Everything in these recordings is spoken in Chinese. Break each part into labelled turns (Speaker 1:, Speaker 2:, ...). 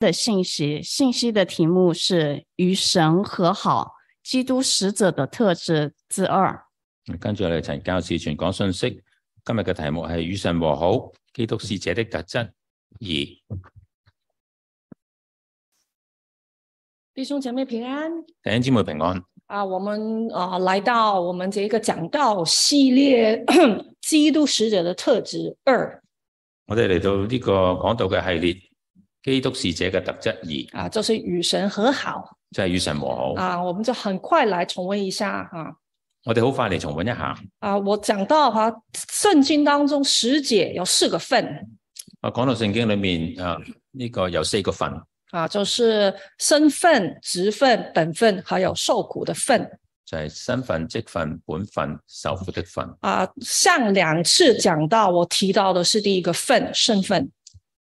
Speaker 1: 的信息，信息的题目是“与神和好：基督使者的特质之二
Speaker 2: 跟住我哋陳教士全講信息，今日嘅題目係與神和好，基督使者的特質二。
Speaker 3: 弟兄姐妹平安
Speaker 2: 弟兄姊妹平安，
Speaker 3: 啊！我们啊来到我们这个讲道系列 《基督使者的特质二
Speaker 2: 我哋嚟到呢個講道嘅系列，基督使者嘅特質二》
Speaker 3: 啊，就是与神和好
Speaker 2: 就係、與神和好。
Speaker 3: 啊。我们就很快来重温一下哈
Speaker 2: 我哋好快嚟重温一下。
Speaker 3: 啊我讲到哈、圣经当中十节有四个份
Speaker 2: 我啊講到聖經裏面啊，呢、個有四個份，
Speaker 3: 啊，就是身份、职分、本分，还有受苦的份
Speaker 2: 就係、身份、職份、本份、受苦的份。
Speaker 3: 啊。上两次讲到我提到的是第一个份身份，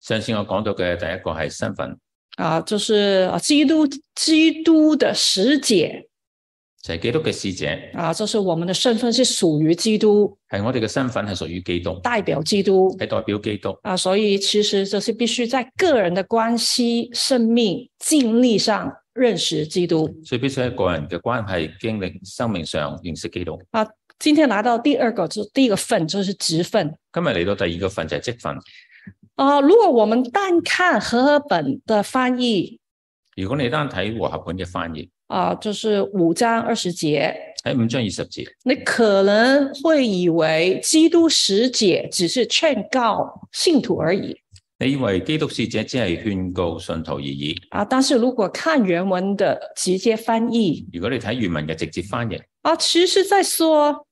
Speaker 2: 上次我講到嘅第一個係身份，
Speaker 3: 啊，就是啊，基督基督的使者
Speaker 2: 就係、基督嘅使者，
Speaker 3: 啊，就是我们的身份是属于基督，
Speaker 2: 係我哋嘅身份係屬於基督，
Speaker 3: 代表基督
Speaker 2: 係代表基督。
Speaker 3: 啊，所以其实这是必须在个人的关系、生命、经历上认识基督。
Speaker 2: 所以必須喺個人嘅關係、經歷、生命上認識基督。
Speaker 3: 今天来到第二个，就是第一个份，就是职分
Speaker 2: 今日嚟到第二個份就係積分。
Speaker 3: 啊。如果我们单看和合本的翻译
Speaker 2: 如果你單睇和合本嘅翻譯，
Speaker 3: 啊，就是五章二十节。
Speaker 2: 喺五章二十節，
Speaker 3: 你可能会以为基督使者只是劝告信徒而已，
Speaker 2: 你以為基督使者只係勸告信徒而已。
Speaker 3: 啊，但是如果看原文的直接翻译
Speaker 2: 如果你睇原文嘅直接翻譯，
Speaker 3: 啊，其实是在说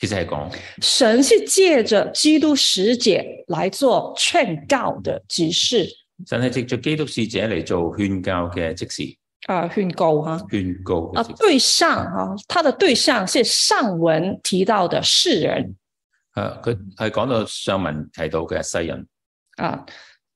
Speaker 2: 其實係講
Speaker 3: 神是借着基督使者来做劝告的指示
Speaker 2: 神係藉着基督使者嚟做勸教嘅即時
Speaker 3: 啊，训告哈
Speaker 2: 勸告
Speaker 3: 啊
Speaker 2: 嘅，即時。
Speaker 3: 对象啊，他的对象是上文提到的世人
Speaker 2: 啊，佢係講到上文提到嘅世人，
Speaker 3: 啊，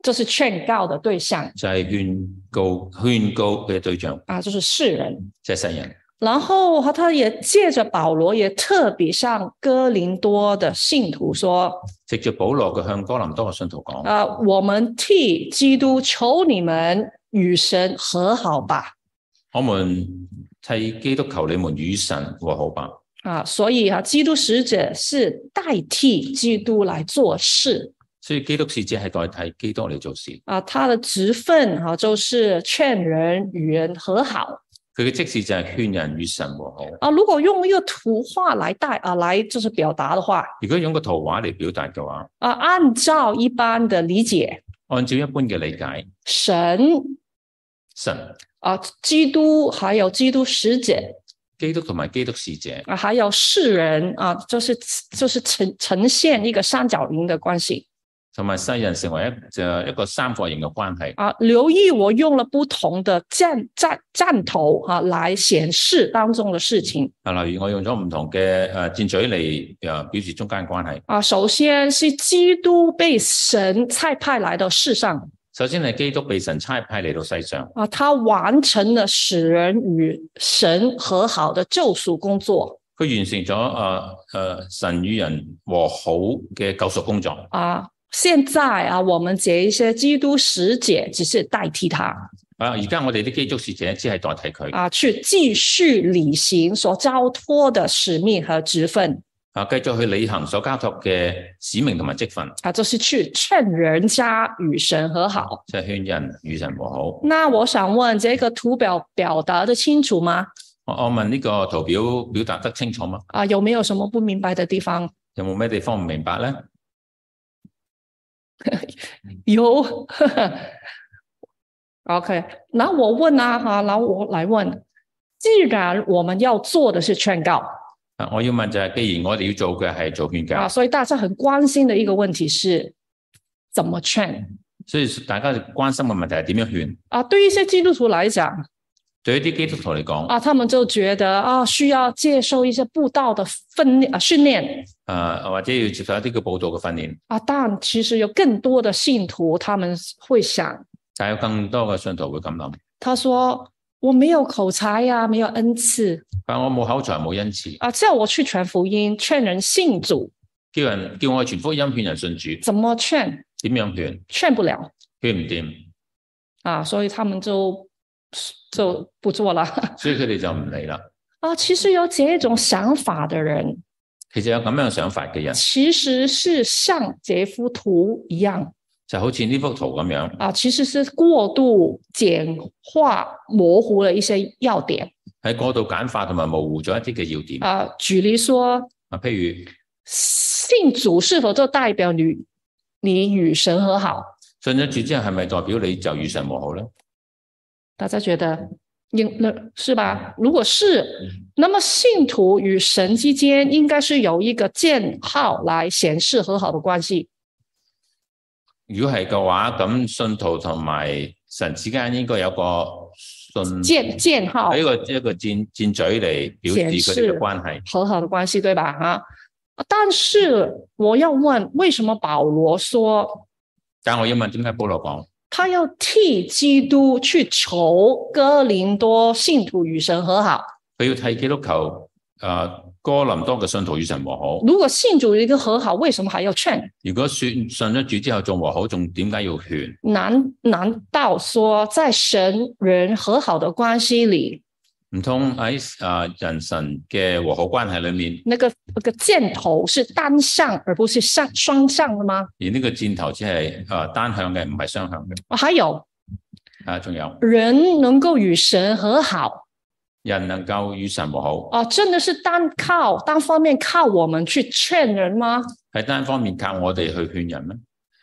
Speaker 3: 这是劝告的对象
Speaker 2: 就係、勸告勸告嘅對象，
Speaker 3: 啊，就是世人。
Speaker 2: 就係、世人。
Speaker 3: 然后啊他也借着保罗也特别向哥林多的信徒说，
Speaker 2: 藉着保羅嘅向哥林多嘅信徒講。
Speaker 3: 啊，我们替基督求你们与神和好吧。
Speaker 2: 我们替基督求你们与神和好吧。
Speaker 3: 啊，所以啊，基督使者是代替基督来做事
Speaker 2: 所以基督使者系代替基督嚟做事，
Speaker 3: 啊，他的职分啊就是劝人与人和好
Speaker 2: 佢嘅职事就系劝人与神和好。
Speaker 3: 啊。如果用一个图画来代啊来就是表达的话
Speaker 2: 如果用个图画嚟表达嘅话，
Speaker 3: 啊，按照一般的理解，
Speaker 2: 按照一般嘅理解，
Speaker 3: 神
Speaker 2: 神、
Speaker 3: 啊、基督还有基督使者
Speaker 2: 基督同埋基督使者
Speaker 3: 啊，还有世人啊，就是就是呈呈现一个三角形的关系。
Speaker 2: 同埋世人成为一就一个三角形嘅关系。
Speaker 3: 啊，留意我用了不同的站站站头啊来显示当中的事情
Speaker 2: 啊，例如我用咗唔同嘅诶箭嘴嚟诶表示中間關係。
Speaker 3: 啊。首先是基督被神差派来到世上
Speaker 2: 首先係基督被神差派嚟到世上，
Speaker 3: 啊，他完成了使人与神和好的救赎工作
Speaker 2: 佢完成咗诶诶神與人和好嘅救贖工作。
Speaker 3: 啊。现在啊，我们这一些基督使者只是代替他
Speaker 2: 啊！而家我哋啲基督使者只係代替佢，
Speaker 3: 啊，去继续履行所交托的使命和职分
Speaker 2: 啊，繼續去履行所交託嘅使命同埋職分，
Speaker 3: 啊，就是去劝人家与神和好。
Speaker 2: 就係勸人與神和好。
Speaker 3: 那我想问，这个图表表达的清楚吗？
Speaker 2: 我我問呢個圖表表達得清楚嗎？
Speaker 3: 啊，有没有什么不明白的地方？
Speaker 2: 有冇咩地方唔明白咧？
Speaker 3: 有。OK，那我问啊，啊，然后我来问，既然我们要做的是劝告
Speaker 2: 啊，我要問就係，既然我哋要做嘅係做勸
Speaker 3: 啊，
Speaker 2: 教，
Speaker 3: 所以大家很关心的一个问题是，怎么劝
Speaker 2: 所以大家關心嘅問題係點樣勸？
Speaker 3: 啊？对一些基督徒来讲
Speaker 2: 對於啲基督徒嚟講，
Speaker 3: 啊，他们就觉得啊，需要接受一些布道的训练啊训练
Speaker 2: 啊，或者要接受一啲嘅報道嘅訓練，
Speaker 3: 啊，但其实有更多的信徒他们会想。
Speaker 2: 但有更多嘅信徒會咁諗：，
Speaker 3: 他说：“我没有口才呀、没有恩赐
Speaker 2: 但啊我冇口才冇恩賜，
Speaker 3: 啊，叫我去传福音，劝人信主，
Speaker 2: 叫人叫我去傳福音勸人信主，
Speaker 3: 怎么劝？
Speaker 2: 點樣勸？
Speaker 3: 劝不了
Speaker 2: 勸唔掂。
Speaker 3: 啊，所以他们就就不做了
Speaker 2: 所以佢哋就唔理啦。
Speaker 3: 啊。其实有这种想法的人，
Speaker 2: 其實有咁樣想法嘅人，
Speaker 3: 其实是像这幅图一样
Speaker 2: 就好似呢幅圖咁樣，
Speaker 3: 啊，其实是过度简化、模糊了一些要点
Speaker 2: 喺過度簡化同埋模糊咗一啲嘅要點
Speaker 3: 啊。举例说，
Speaker 2: 啊，譬如
Speaker 3: 信主是否就代表你你与神和好？
Speaker 2: 信咗主之後係咪代表你就與神和好咧？
Speaker 3: 大家觉得应那是吧？如果是，那么信徒与神之间应该是有一个箭号来显示和好的关系
Speaker 2: 如果係嘅話，咁信徒同埋神之間應該有個信
Speaker 3: 箭箭号
Speaker 2: 一個一個箭箭嘴嚟表示佢哋嘅關係。
Speaker 3: 和好的关系，对吧？啊，但是我要问，为什么保罗说
Speaker 2: 但我要問點解保羅講
Speaker 3: 他要替基督去求哥林多信徒与神和好？
Speaker 2: 佢要替基督徒誒、呃哥林多嘅信徒與神和好？
Speaker 3: 如果信主已经和好，为什么还要劝？
Speaker 2: 如果信信咗主之後仲和好，仲點解要勸？
Speaker 3: 难难道说在神人和好的关系里，
Speaker 2: 唔通喺誒人神嘅和好關係裏面，
Speaker 3: 那个那个箭头是单向而不是向双向的吗？
Speaker 2: 而呢個箭頭只係誒單向嘅，唔係雙向嘅。
Speaker 3: 哦还有
Speaker 2: 啊，仲有
Speaker 3: 人能够与神和好
Speaker 2: 人能夠與神和好，
Speaker 3: 啊，真的是单靠单方面靠我们去劝人吗？
Speaker 2: 係單方面靠我哋去勸人咩？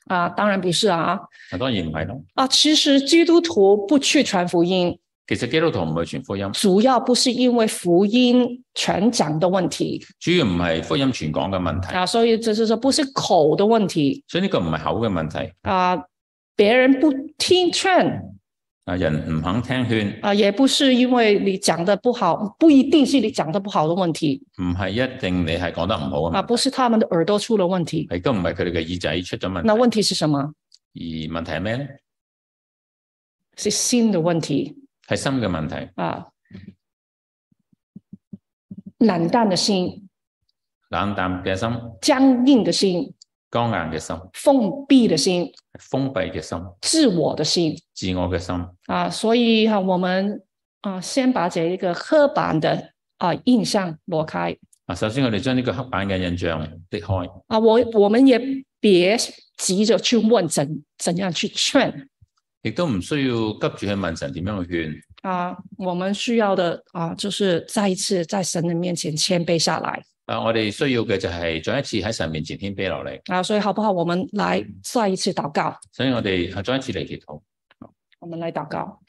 Speaker 3: 啊，當然不是啊
Speaker 2: 啊，當然唔係咯。
Speaker 3: 啊！其实基督徒不去传福音，
Speaker 2: 其實基督徒唔係傳福音，
Speaker 3: 主要不是因为福音传讲的问题
Speaker 2: 主要唔係福音傳講嘅問題，
Speaker 3: 啊，所以这是说不是口的问题
Speaker 2: 所以呢個唔係口嘅問題。
Speaker 3: 啊，别人不听劝
Speaker 2: 啊，人唔肯聽勸，
Speaker 3: 啊，也不是因为你讲的不好，不一定是你讲的不好的问题
Speaker 2: 唔係一定你係講得唔好
Speaker 3: 啊，
Speaker 2: 啊，
Speaker 3: 不是他们的耳朵出了问题。
Speaker 2: 亦都唔係佢哋嘅耳仔出咗問題。
Speaker 3: 那问题是什么？
Speaker 2: 而問題係咩咧？
Speaker 3: 是心的问题
Speaker 2: 係心嘅問題，
Speaker 3: 啊，冷淡的心、
Speaker 2: 冷淡嘅心、
Speaker 3: 僵硬的心、
Speaker 2: 剛硬嘅心、
Speaker 3: 封闭的心。
Speaker 2: 封閉嘅心、
Speaker 3: 自我的心
Speaker 2: 自我嘅心。
Speaker 3: 啊，所以哈、我们啊，先把这一个刻板的啊印象挪开
Speaker 2: 啊，首先我哋將呢個黑板嘅印象剔開。
Speaker 3: 啊，我我们也别急着去问怎怎样去劝
Speaker 2: 亦都唔需要急住去問神點樣去勸，
Speaker 3: 啊，我们需要的啊，就是再一次在神的面前谦卑下来
Speaker 2: 啊，我哋需要嘅就係再一次喺神面前謙卑落嚟，
Speaker 3: 啊，所以好不好？我们来再一次祷告，
Speaker 2: 所以我哋啊再一次嚟祈禱。
Speaker 3: 我们来祷告。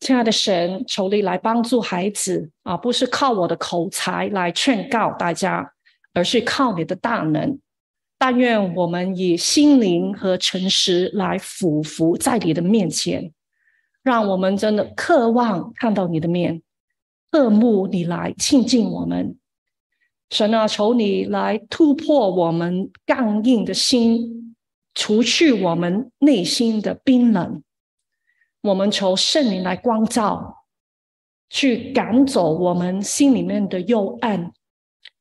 Speaker 3: 亲爱的神，求你来帮助孩子啊，不是靠我的口才来劝告大家，而是靠你的大能。但愿我们以心灵和诚实来俯伏在你的面前，让我们真的渴望看到你的面，渴慕你来亲近我们。神啊，求你来突破我们刚硬的心，除去我们内心的冰冷。我们求圣灵来光照，去赶走我们心里面的幽暗，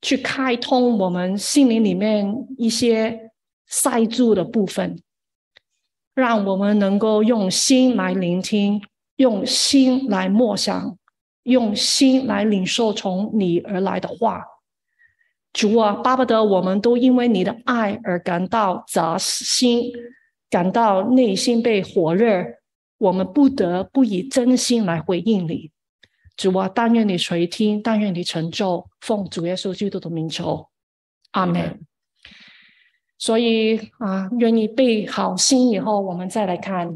Speaker 3: 去开通我们心灵里面一些塞住的部分，让我们能够用心来聆听，用心来默想，用心来领受从你而来的话。主啊，巴不得我们都因为你的爱而感到扎心，感到内心被火热，我们不得不以真心来回应你。主啊，但愿你垂听，但愿你成就，奉主耶稣基督的名求，阿门。所以啊，愿意备好心以后，我们再来看。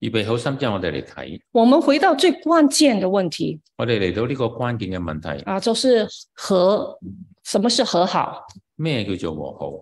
Speaker 2: 預備好心之後，我哋嚟睇，
Speaker 3: 我们回到最关键的问题
Speaker 2: 我哋嚟到呢個關鍵嘅問題，
Speaker 3: 啊，就是和什么是和好
Speaker 2: 咩叫做和好？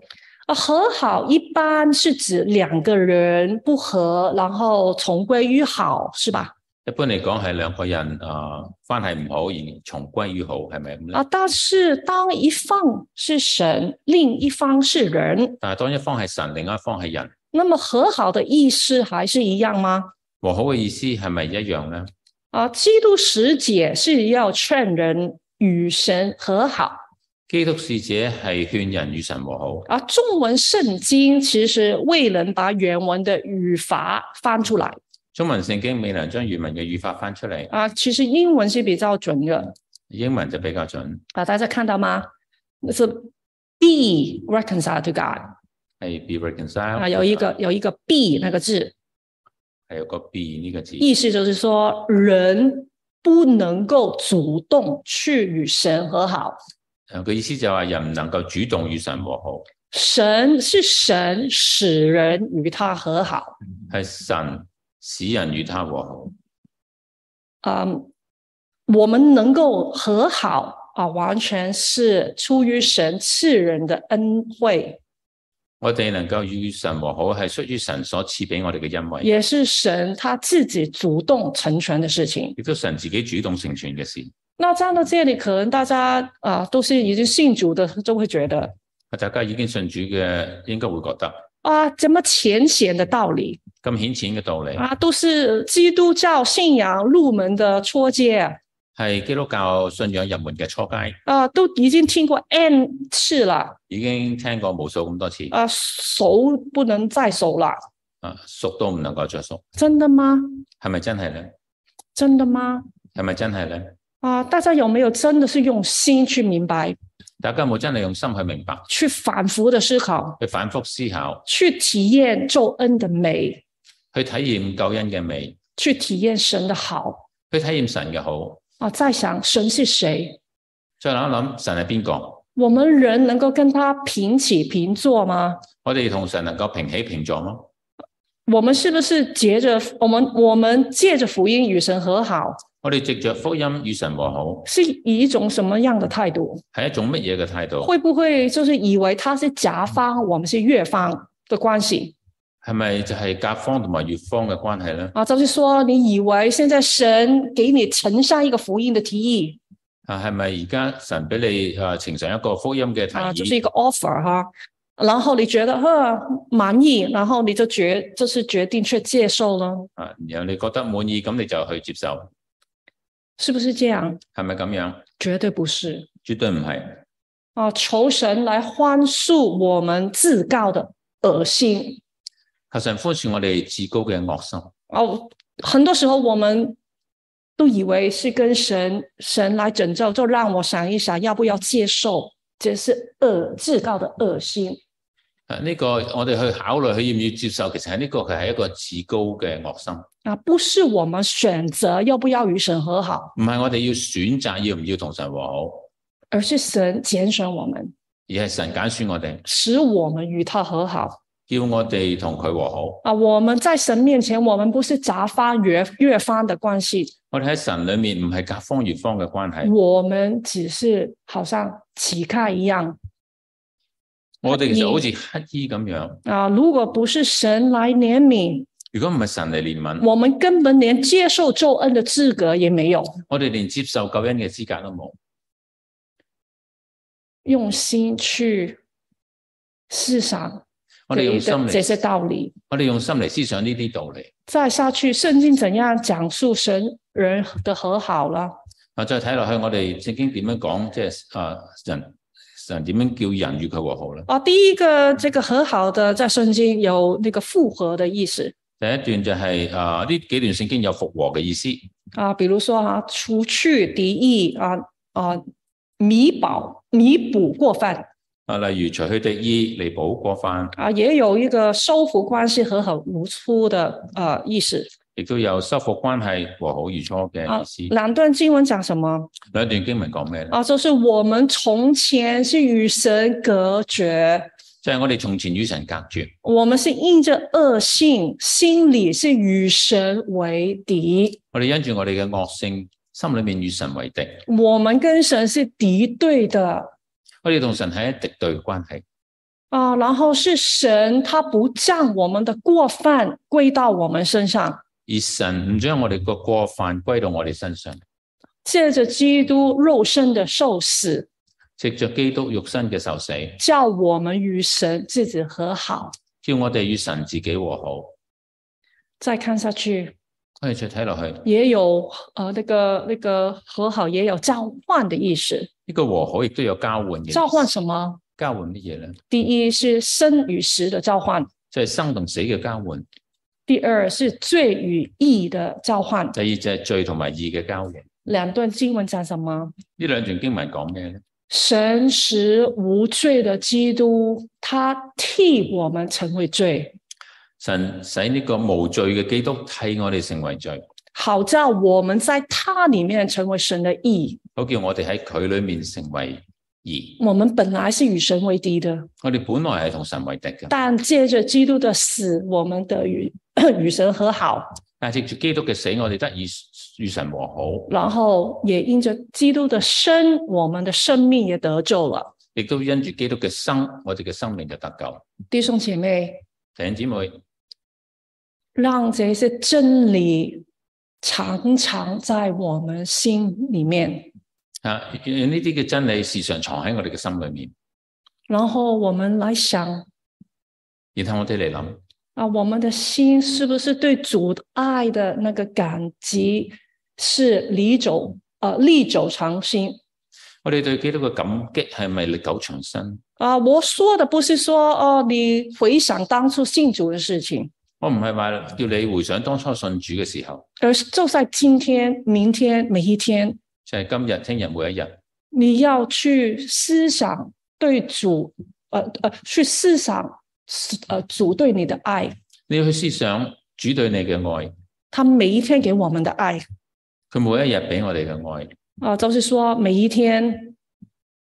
Speaker 3: 啊？和好一般是指两个人不和，然后重归于好，是吧？
Speaker 2: 一般嚟講係兩個人啊關係唔好而重歸於好，係咪咁
Speaker 3: 啊，
Speaker 2: 咧？
Speaker 3: 但是当一方是神，另一方是人，
Speaker 2: 但係當一方係神，另一方係人，
Speaker 3: 那么和好的意思还是一样吗？
Speaker 2: 和好嘅意思係咪一樣咧？
Speaker 3: 啊，基督使解是要劝人与神和好
Speaker 2: 基督使者係勸人與神和好。
Speaker 3: 啊。中文圣经其实未能把原文的语法翻出来
Speaker 2: 中文聖經未能將原文嘅語法翻出嚟，
Speaker 3: 啊，其实英文是比较准的
Speaker 2: 英文就比較準，
Speaker 3: 啊，大家看到吗？是 be reconciled to God
Speaker 2: 係 be reconciled
Speaker 3: 啊，有一個有一個 be 那個字，
Speaker 2: 係有個 be 呢個字，
Speaker 3: 意思就是说人不能夠主動去與神和好，
Speaker 2: 誒呃佢意思就係話人唔能夠主動與神和好，
Speaker 3: 神是神使人與他和好。
Speaker 2: 係神使人與他和好。
Speaker 3: 嗯，我們能夠和好啊，完全是出於神赐人的恩惠，
Speaker 2: 我哋能夠與神和好，係屬於神所賜俾我哋嘅恩惠，
Speaker 3: 也是神他自己主動成全的事情。
Speaker 2: 亦都神自己主動成全嘅事。
Speaker 3: 那站到这里，可能大家啊、都是已经信主的，就会觉得
Speaker 2: 啊大家已經信主嘅，應該會覺得
Speaker 3: 啊，怎么浅显的道理
Speaker 2: 咁顯淺嘅道理
Speaker 3: 啊，都是基督教信仰入门的初阶
Speaker 2: 係基督教信仰入門嘅初階，
Speaker 3: 啊，都已经听过 N 次了
Speaker 2: 已經聽過無數咁多次，
Speaker 3: 啊，熟不能再熟了，
Speaker 2: 啊熟到唔能夠再熟，
Speaker 3: 真的吗？
Speaker 2: 係咪真係咧？
Speaker 3: 真的吗？
Speaker 2: 係咪真係咧？
Speaker 3: 啊，大家有没有真的是用心去明白，
Speaker 2: 大家有冇真係用心去明白，
Speaker 3: 去反复的思考，
Speaker 2: 去反覆思考，
Speaker 3: 去体验救恩的美，
Speaker 2: 去體驗救恩嘅美，
Speaker 3: 去体验神的好
Speaker 2: 去體驗神嘅好，
Speaker 3: 啊？再想神是谁？
Speaker 2: 再諗一諗神係邊個？
Speaker 3: 我们人能够跟他平起平坐吗？
Speaker 2: 我哋同神能夠平起平坐嗎？
Speaker 3: 我们是不是借着我们我们借着福音与神和好，
Speaker 2: 我哋藉着福音與神和好，
Speaker 3: 是以一种什么样的态度？
Speaker 2: 係一種乜嘢嘅態度？
Speaker 3: 会不会就是以为他是甲方，我们是乙方的关系
Speaker 2: 係咪就係甲方同埋乙方嘅關係咧？
Speaker 3: 啊？就是说，你以为现在神给你呈上一个福音的提议
Speaker 2: 啊，係咪而家神俾你啊呈上一個福音嘅提
Speaker 3: 啊，就是
Speaker 2: 議？
Speaker 3: 一个 offer 哈，然后你觉得呵满意，然后你就决就是决定去接受了，
Speaker 2: 啊，然後你覺得滿意，咁你就去接受，
Speaker 3: 是不是这样？
Speaker 2: 係咪咁樣？
Speaker 3: 绝对不是。
Speaker 2: 絕對唔係，
Speaker 3: 啊，求神来宽恕我们自告的恶心。
Speaker 2: 求神寬恕我哋至高嘅惡心。
Speaker 3: 哦，很多时候我们都以为是跟神神来拯救，就让我想一想，要不要接受，这是恶自告的恶心。
Speaker 2: 啊，呢、個我哋去考慮佢要唔要接受，其實係呢個佢係一個至高嘅惡心，
Speaker 3: 啊，不是我们选择要不要与神和好，
Speaker 2: 唔係我哋要選擇要唔要同神和好，
Speaker 3: 而是神拣选我们，
Speaker 2: 而係神揀選我哋，
Speaker 3: 使我们与他和好。
Speaker 2: 叫我哋同佢和好。
Speaker 3: 啊，我们在神面前，我们不是杂方越越方的关系，
Speaker 2: 我哋喺神裏面唔係甲方乙方嘅關係，
Speaker 3: 我们只是好像乞丐一样，
Speaker 2: 我哋其實
Speaker 3: 嗯
Speaker 2: 好似乞衣咁樣。
Speaker 3: 啊，如果不是神来怜悯，
Speaker 2: 如果唔係神嚟憐憫，
Speaker 3: 我们根本连接受救恩的资格也没有。
Speaker 2: 我哋連接受救恩嘅資格都冇。
Speaker 3: 用心去思想
Speaker 2: 我
Speaker 3: 这
Speaker 2: 哋哦用
Speaker 3: 一
Speaker 2: 心
Speaker 3: 个这些
Speaker 2: 嚟，
Speaker 3: 道理，
Speaker 2: 我哋用心嚟思想呢啲道理。
Speaker 3: 再下去，圣经怎样讲述神人的和好了？
Speaker 2: 啊，再睇落去，我哋聖經點樣講，即係啊人神點樣叫人與佢和好咧？
Speaker 3: 啊，第一个这个和好的，在圣经有那个复合的意思
Speaker 2: 第一段就係啊呢幾段聖經有復和嘅意思，
Speaker 3: 啊，比如说啊，除去敌意啊啊，弥补弥补过犯
Speaker 2: 啊例如除去敵意、離補過犯，
Speaker 3: 啊，也有一个修复关系和好如初的呃意思。
Speaker 2: 亦都有修復關係、和好如初嘅意思。
Speaker 3: 两段经文讲什么
Speaker 2: 兩段經文講咩咧？
Speaker 3: 啊？就是我们从前是与神隔绝，
Speaker 2: 就係我哋從前與神隔絕，
Speaker 3: 我们是因着恶性，心里是与神为敌，
Speaker 2: 我哋因住我哋嘅惡性，心裏面與神為敵，
Speaker 3: 我们跟神是敌对的
Speaker 2: 我哋同神係一敵對嘅關係。
Speaker 3: 啊。然后是神他不将我们的过犯归到我们身上，
Speaker 2: 而神唔將我哋個過犯歸到我哋身上，
Speaker 3: 借着基督肉身的受死，
Speaker 2: 藉着基督肉身嘅受死，
Speaker 3: 叫我们与神自己和好。
Speaker 2: 叫我哋與神自己和好。
Speaker 3: 再看下去，
Speaker 2: 我哋再睇落去，呢、
Speaker 3: 也有呃那个那个和好，也有交换的意思。
Speaker 2: 個和好亦都有交換嘅。
Speaker 3: 交换什么？
Speaker 2: 交換乜嘢咧？
Speaker 3: 第一是生与死的交换
Speaker 2: 就係生同死嘅交換。
Speaker 3: 第二是罪与义的交换。
Speaker 2: 第二就係罪同埋義嘅交換。呢
Speaker 3: 两段经文讲什么？
Speaker 2: 兩段經文講咩咧？
Speaker 3: 神使无罪的基督，他替我们成为罪，
Speaker 2: 神使呢個無罪嘅基督替我哋成為罪，
Speaker 3: 好叫我们在他里面成为神的义。
Speaker 2: 好叫我哋喺佢裏面成為義。
Speaker 3: 我们本来是与神为敌的，
Speaker 2: 我哋本來係同神為敵嘅，
Speaker 3: 但借着基督的死，我们得与与神和好，
Speaker 2: 但係藉住基督嘅死，我哋得以與神和好，
Speaker 3: 然后也因着基督的生，我们的生命也得救了。
Speaker 2: 亦都因住基督嘅生，我哋嘅生命就得救。
Speaker 3: 弟兄姐妹，
Speaker 2: 弟兄姊妹，
Speaker 3: 让这些真理常常在我们心里面，
Speaker 2: 啊，呢啲嘅真理時常藏喺我哋嘅心裏面，
Speaker 3: 然后我们来想
Speaker 2: 然後我哋嚟諗，
Speaker 3: 啊，我们的心是不是对主爱的那个感激是历久呃历久常新
Speaker 2: 我哋對基督嘅感激係咪歷久長新？
Speaker 3: 啊？我说的不是说哦，你回想当初信主的事情，
Speaker 2: 我唔係話叫你回想當初信主嘅時候，
Speaker 3: 而是就在今天、明天每一天，
Speaker 2: 就係、今日、聽日、每一日。
Speaker 3: 你要去思想对主呃呃去思想呃主对你的爱，
Speaker 2: 你要去思想主對你嘅愛，
Speaker 3: 他每一天给我们的爱
Speaker 2: 佢每一日俾我哋嘅愛，
Speaker 3: 啊、就是说每一天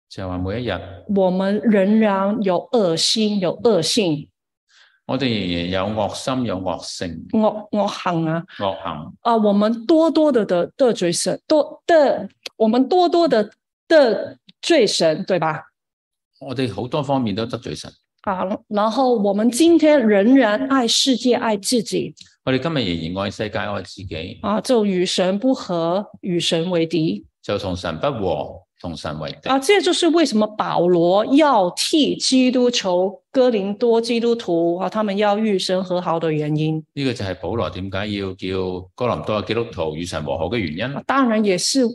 Speaker 2: 就係話每一日
Speaker 3: 我们仍然有恶心、有恶性、
Speaker 2: 我哋仍然有惡心、有惡性、
Speaker 3: 恶恶行啊
Speaker 2: 惡行，
Speaker 3: 啊、我们多多的的得罪神，多的我们多多的得罪神，对吧？
Speaker 2: 我哋好多方面都得罪神。
Speaker 3: 啊，然后我们今天仍然爱世界、爱自己
Speaker 2: 我哋今日仍然愛世界、愛自己，
Speaker 3: 啊，就与神不和，与神为敌
Speaker 2: 就同神不和，同神為敵。
Speaker 3: 啊，这就是为什么保罗要替基督求哥林多基督徒啊，他们要与神和好的原因。
Speaker 2: 呢、個就係保羅點解要叫哥林多嘅基督徒與神和好嘅原因
Speaker 3: 啊，当然也是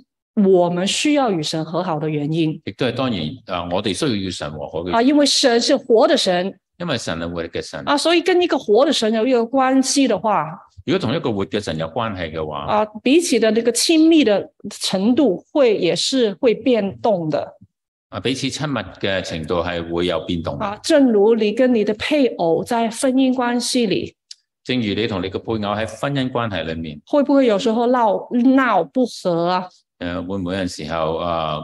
Speaker 3: 我们需要与神和好的原因
Speaker 2: 亦都係當然啊，我哋需要與神和好嘅原
Speaker 3: 啊，
Speaker 2: 因，
Speaker 3: 因为神是活的神
Speaker 2: 因為神係活嘅神。
Speaker 3: 啊，所以跟一个活的神有一个关系的话
Speaker 2: 如果同一個活嘅神有關係嘅話，
Speaker 3: 啊，彼此的那个亲密的程度会也是会变动的
Speaker 2: 啊彼此親密嘅程度係會有變動嘅。
Speaker 3: 啊。正如你跟你的配偶在婚姻关系里，
Speaker 2: 正如你同你嘅配偶喺婚姻關係裏面，
Speaker 3: 会不会有时候闹闹不和啊？
Speaker 2: 诶、呃、会唔會有陣時候啊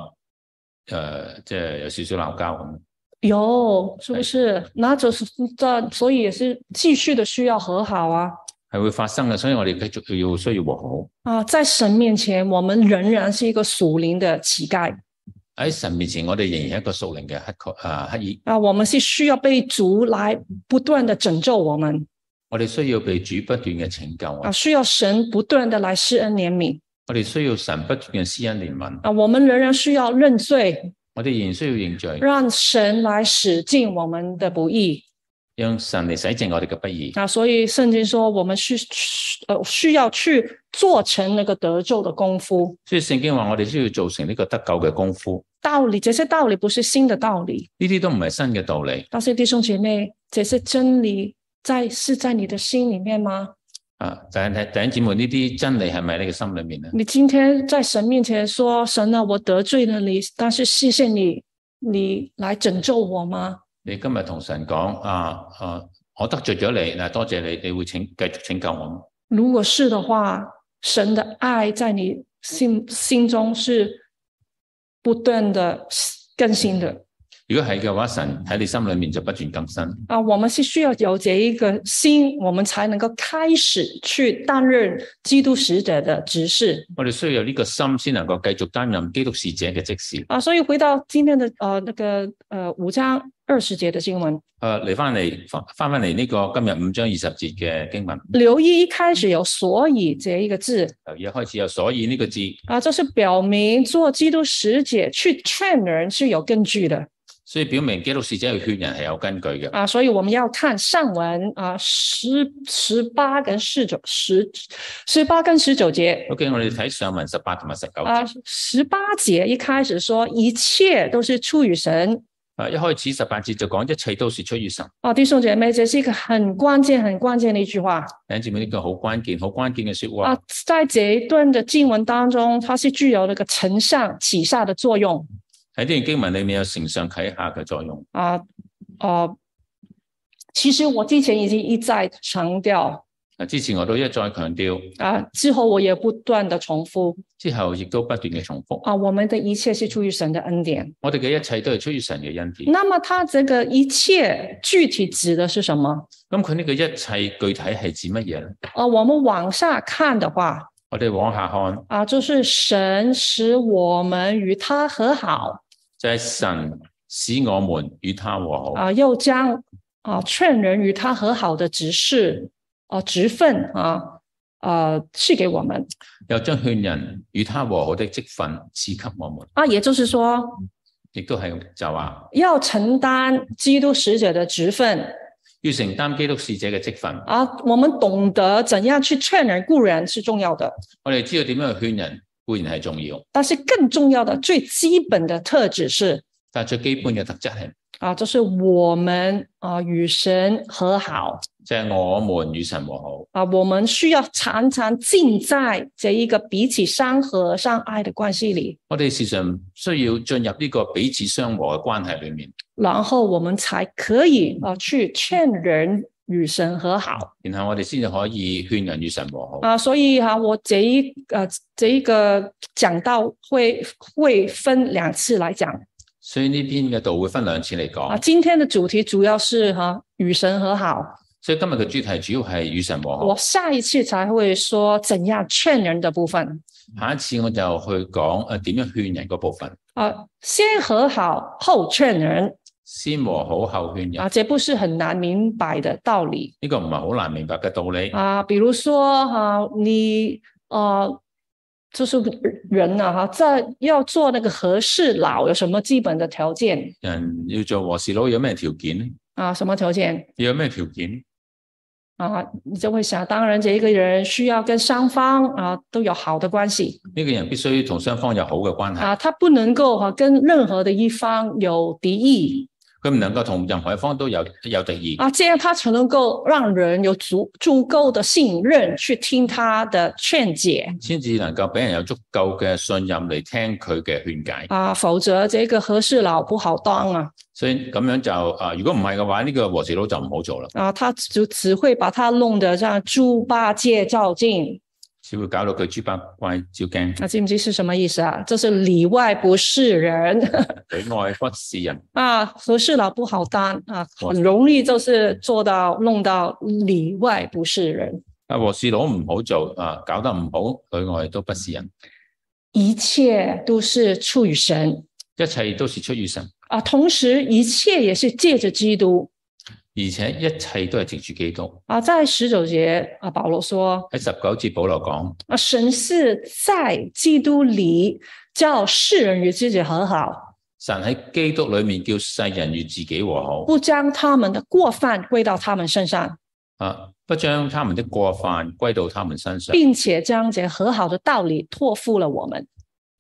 Speaker 2: 诶、呃即係有少少鬧交咁？
Speaker 3: 有，是不是？那就是这，所以也是继续的需要和好啊
Speaker 2: 係會發生嘅，所以我哋繼續要需要和好。
Speaker 3: 啊！在神面前，我们仍然是一个属灵的乞丐。
Speaker 2: 喺神面前，我哋仍然係一個屬靈嘅乞丐啊乞兒，
Speaker 3: 啊，我们是需要被主来不断的拯救我们
Speaker 2: 我哋需要被主不斷嘅拯救我
Speaker 3: 啊，，需要神不断的来施恩怜悯
Speaker 2: 我哋需要神不斷嘅施恩憐憫，
Speaker 3: 啊，我们仍然需要认罪，
Speaker 2: 我哋仍然需要認罪，
Speaker 3: 让神来使尽我们的不义
Speaker 2: 讓神嚟洗淨我哋嘅不義。
Speaker 3: 啊。所以圣经说，我们需呃需要去做成那个得救的功夫
Speaker 2: 所以聖經話，我哋需要做成呢個得救嘅功夫，
Speaker 3: 道理。这些道理不是新的道理，
Speaker 2: 呢啲都唔係新嘅道理
Speaker 3: 但是弟兄姐妹，这些真理在是在你的心里面吗？
Speaker 2: 啊！但係弟兄姊妹，呢啲真理係咪喺你嘅心裏面咧？
Speaker 3: 你今天在神面前说：“神啊，我得罪了你，但是谢谢你，你来拯救我吗
Speaker 2: 你今日同神講啊啊，我得罪咗你，嗱多謝你，你會拯繼續拯救我。？”
Speaker 3: 如果是的话，神的爱在你心心中是不断的更新的
Speaker 2: 如果係嘅話，神喺你心裏面就不斷更新。
Speaker 3: 啊！我们是需要有这一个心，我们才能够开始去担任基督使者的职事
Speaker 2: 我哋需要有呢個心，先能夠繼續擔任基督使者嘅職事。
Speaker 3: 啊！所以回到今天的呃那个呃五章二十节的经文，
Speaker 2: 诶、呃嚟翻嚟翻翻翻嚟呢個今日五章二十節嘅經文，
Speaker 3: 留意一开始有“所以”这一个字。
Speaker 2: 由一開始有所以呢個字，
Speaker 3: 啊，这是表明做基督使者去劝人是有根据的
Speaker 2: 所以表明基督使者去勸人係有根據嘅。
Speaker 3: 啊，所以我们要看上文啊十十八跟十九十十八跟十九节
Speaker 2: OK，我哋睇上文
Speaker 3: 嗯
Speaker 2: 十八同埋十九節。
Speaker 3: 啊，十八节一开始说一切都是出于神
Speaker 2: 啊，一開始十八節就講一切都是出於神。
Speaker 3: 啊，弟兄姐妹，这是一个很关键、很关键的一句话
Speaker 2: 弟兄姊妹呢個好關鍵、好關鍵嘅说話。
Speaker 3: 啊，在这一段的经文当中，它是具有那个承上启下的作用
Speaker 2: 喺呢段經文裏面有承上啟下嘅作用。
Speaker 3: 啊，呃，其实我之前已经一再强调
Speaker 2: 啊，之前我都一再強調，
Speaker 3: 啊，之后我也不断的重复
Speaker 2: 之後亦都不斷嘅重複，
Speaker 3: 啊，我们的一切是出于神的恩典。
Speaker 2: 我哋嘅一切都係出於神嘅恩典。
Speaker 3: 那么它这个一切具体指的是什么？
Speaker 2: 咁佢呢個一切具體係指乜嘢咧？
Speaker 3: 呃，我们往下看的话，
Speaker 2: 我哋往下看，
Speaker 3: 啊，就是神使我们与他和好
Speaker 2: 就係神使我們與他和好，
Speaker 3: 啊，又将啊劝人与他和好的职事啊职分啊呃赐给我们
Speaker 2: 又將勸人與他和好的職分賜給我們，
Speaker 3: 啊，也就是说
Speaker 2: 亦都係就話
Speaker 3: 要承担基督使者的职分
Speaker 2: 要承擔基督使者嘅職分。
Speaker 3: 啊，我们懂得怎样去劝人固然是重要的，
Speaker 2: 我哋知道點樣去勸人固然係重要，
Speaker 3: 但是更重要的最基本的特质是
Speaker 2: 但係最基本嘅特質係
Speaker 3: 啊，就是我们啊与神和好。
Speaker 2: 就係我們與神和好。
Speaker 3: 啊，我们需要常常浸在这一个彼此相合、相爱的关系里，
Speaker 2: 我哋時常需要進入呢個彼此相和嘅關係裏面，
Speaker 3: 然后我们才可以啊去劝人与神和好
Speaker 2: 然後我哋先至可以勸人與神和好。
Speaker 3: 啊。所以哈、我这一呃这一个讲到会会分两次来讲
Speaker 2: 所以呢篇嘅道會分兩次嚟
Speaker 3: 啊。
Speaker 2: 講。
Speaker 3: 今天的主题主要是哈、与神和好，
Speaker 2: 所以今日嘅主題主要係與神和
Speaker 3: 我
Speaker 2: 好。
Speaker 3: 下一次才会说怎样劝人的部分
Speaker 2: 下一次我就去講诶点样劝人嗰部分，
Speaker 3: 啊。先和好后劝人
Speaker 2: 先和好後勸人。
Speaker 3: 啊，这不是很难明白的道理。
Speaker 2: 呢、個唔係好難明白嘅道理。
Speaker 3: 啊，比如说哈、你呃，就是人啊哈，在要做那个和事佬有什么基本的条件
Speaker 2: 人要做和事佬有咩條件呢？
Speaker 3: 啊？什么条件
Speaker 2: 要有咩條件？
Speaker 3: 啊？你就会想，当然这一个人需要跟双方啊都有好的关系
Speaker 2: 呢、個人必須同雙方有好嘅關係，
Speaker 3: 啊，他不能够哈、跟任何的一方有敌意
Speaker 2: 佢唔能夠同任何一方都有有敵意，
Speaker 3: 啊，这样他才能够让人有足足够的信任去听他的劝解。
Speaker 2: 先至能夠俾人有足夠嘅信任嚟聽佢嘅勸解。
Speaker 3: 啊，否则这个和事佬不好当啊！
Speaker 2: 所以咁樣就啊，如果唔係嘅話，呢、個和事佬就唔好做啦，
Speaker 3: 啊，他就只会把他弄得像猪八戒照镜，
Speaker 2: 只會搞到佢豬八怪照鏡，
Speaker 3: 啊，知唔知是什么意思啊？这是里外不是人
Speaker 2: 佢外不是人，
Speaker 3: 啊，和事佬不好当啊，很容易就是做到弄到里外不是人，
Speaker 2: 啊和事佬唔好做啊，搞得唔好，裏外都不是人，
Speaker 3: 一切都是出于神
Speaker 2: 一切都是出於神，
Speaker 3: 啊，同时一切也是借着基督
Speaker 2: 而且一切都係藉住基督。
Speaker 3: 啊，在十九节啊，保罗说
Speaker 2: 喺十九節保羅講，
Speaker 3: 啊，神是在基督里叫世人与自己和好。
Speaker 2: 神喺基督裏面叫世人與自己和好，
Speaker 3: 不将他们的过犯归到他们身上，
Speaker 2: 啊，不將他們的過犯歸到他們身上，
Speaker 3: 并且将这和好的道理托付了我们。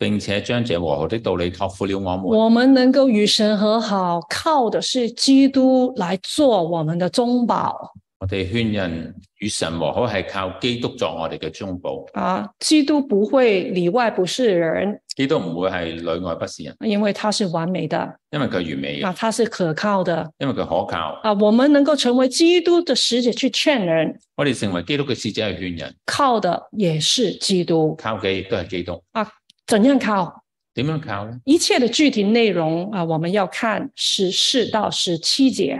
Speaker 2: 並且將這和好的道理托付了我們。
Speaker 3: 我们能够与神和好，靠的是基督来做我们的中保
Speaker 2: 我哋勸人與神和好係靠基督作我哋嘅中保，
Speaker 3: 啊！基督不会里外不是人，
Speaker 2: 基督唔會係裏外不是人，
Speaker 3: 因为他是完美的
Speaker 2: 因為佢係完美
Speaker 3: 啊，
Speaker 2: 嘅，
Speaker 3: 他是可靠的
Speaker 2: 因為佢可靠。
Speaker 3: 啊。我们能够成为基督的使者去劝人，
Speaker 2: 我哋成為基督嘅使者去勸人，
Speaker 3: 靠的也是基督。
Speaker 2: 靠嘅亦都係基督。
Speaker 3: 怎样靠？
Speaker 2: 點樣靠呢？
Speaker 3: 一切的具体内容啊，我们要看十四到十七节。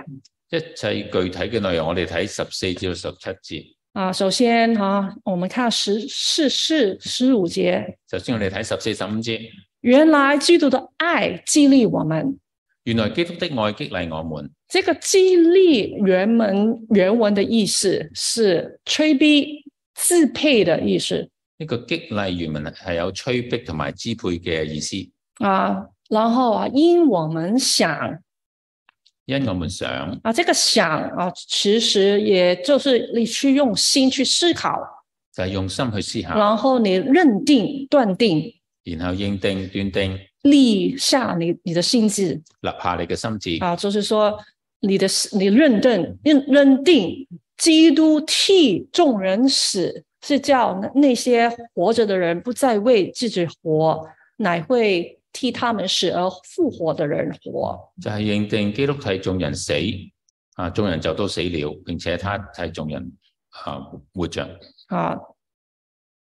Speaker 2: 一切具體嘅內容，我哋睇十四至到十七節。
Speaker 3: 啊，首先啊，我们看十四四十五节，
Speaker 2: 首先我哋睇十四、十五節。
Speaker 3: 原来基督的爱激励我们。
Speaker 2: 原來基督的愛激勵我們。
Speaker 3: 这个激励原文原文的意思是吹逼、自配的意思
Speaker 2: 呢個激勵原文係有催逼同埋支配嘅意思。
Speaker 3: 啊。然后啊，因我们想
Speaker 2: 因我們想
Speaker 3: 啊，这个想啊，其实也就是你去用心去思考，哦
Speaker 2: 就係用心去思考，
Speaker 3: 然后你认定、断定，
Speaker 2: 然後認定斷定，
Speaker 3: 立下你你的心志
Speaker 2: 立下你嘅心志，
Speaker 3: 啊，就是说你的你认定认认定基督替众人死，是叫那那些活着的人不再为自己活，乃会替他们死而复活的人活。
Speaker 2: 就係認定基督替眾人死，啊，眾人就都死了，並且他替眾人啊活着。
Speaker 3: 啊，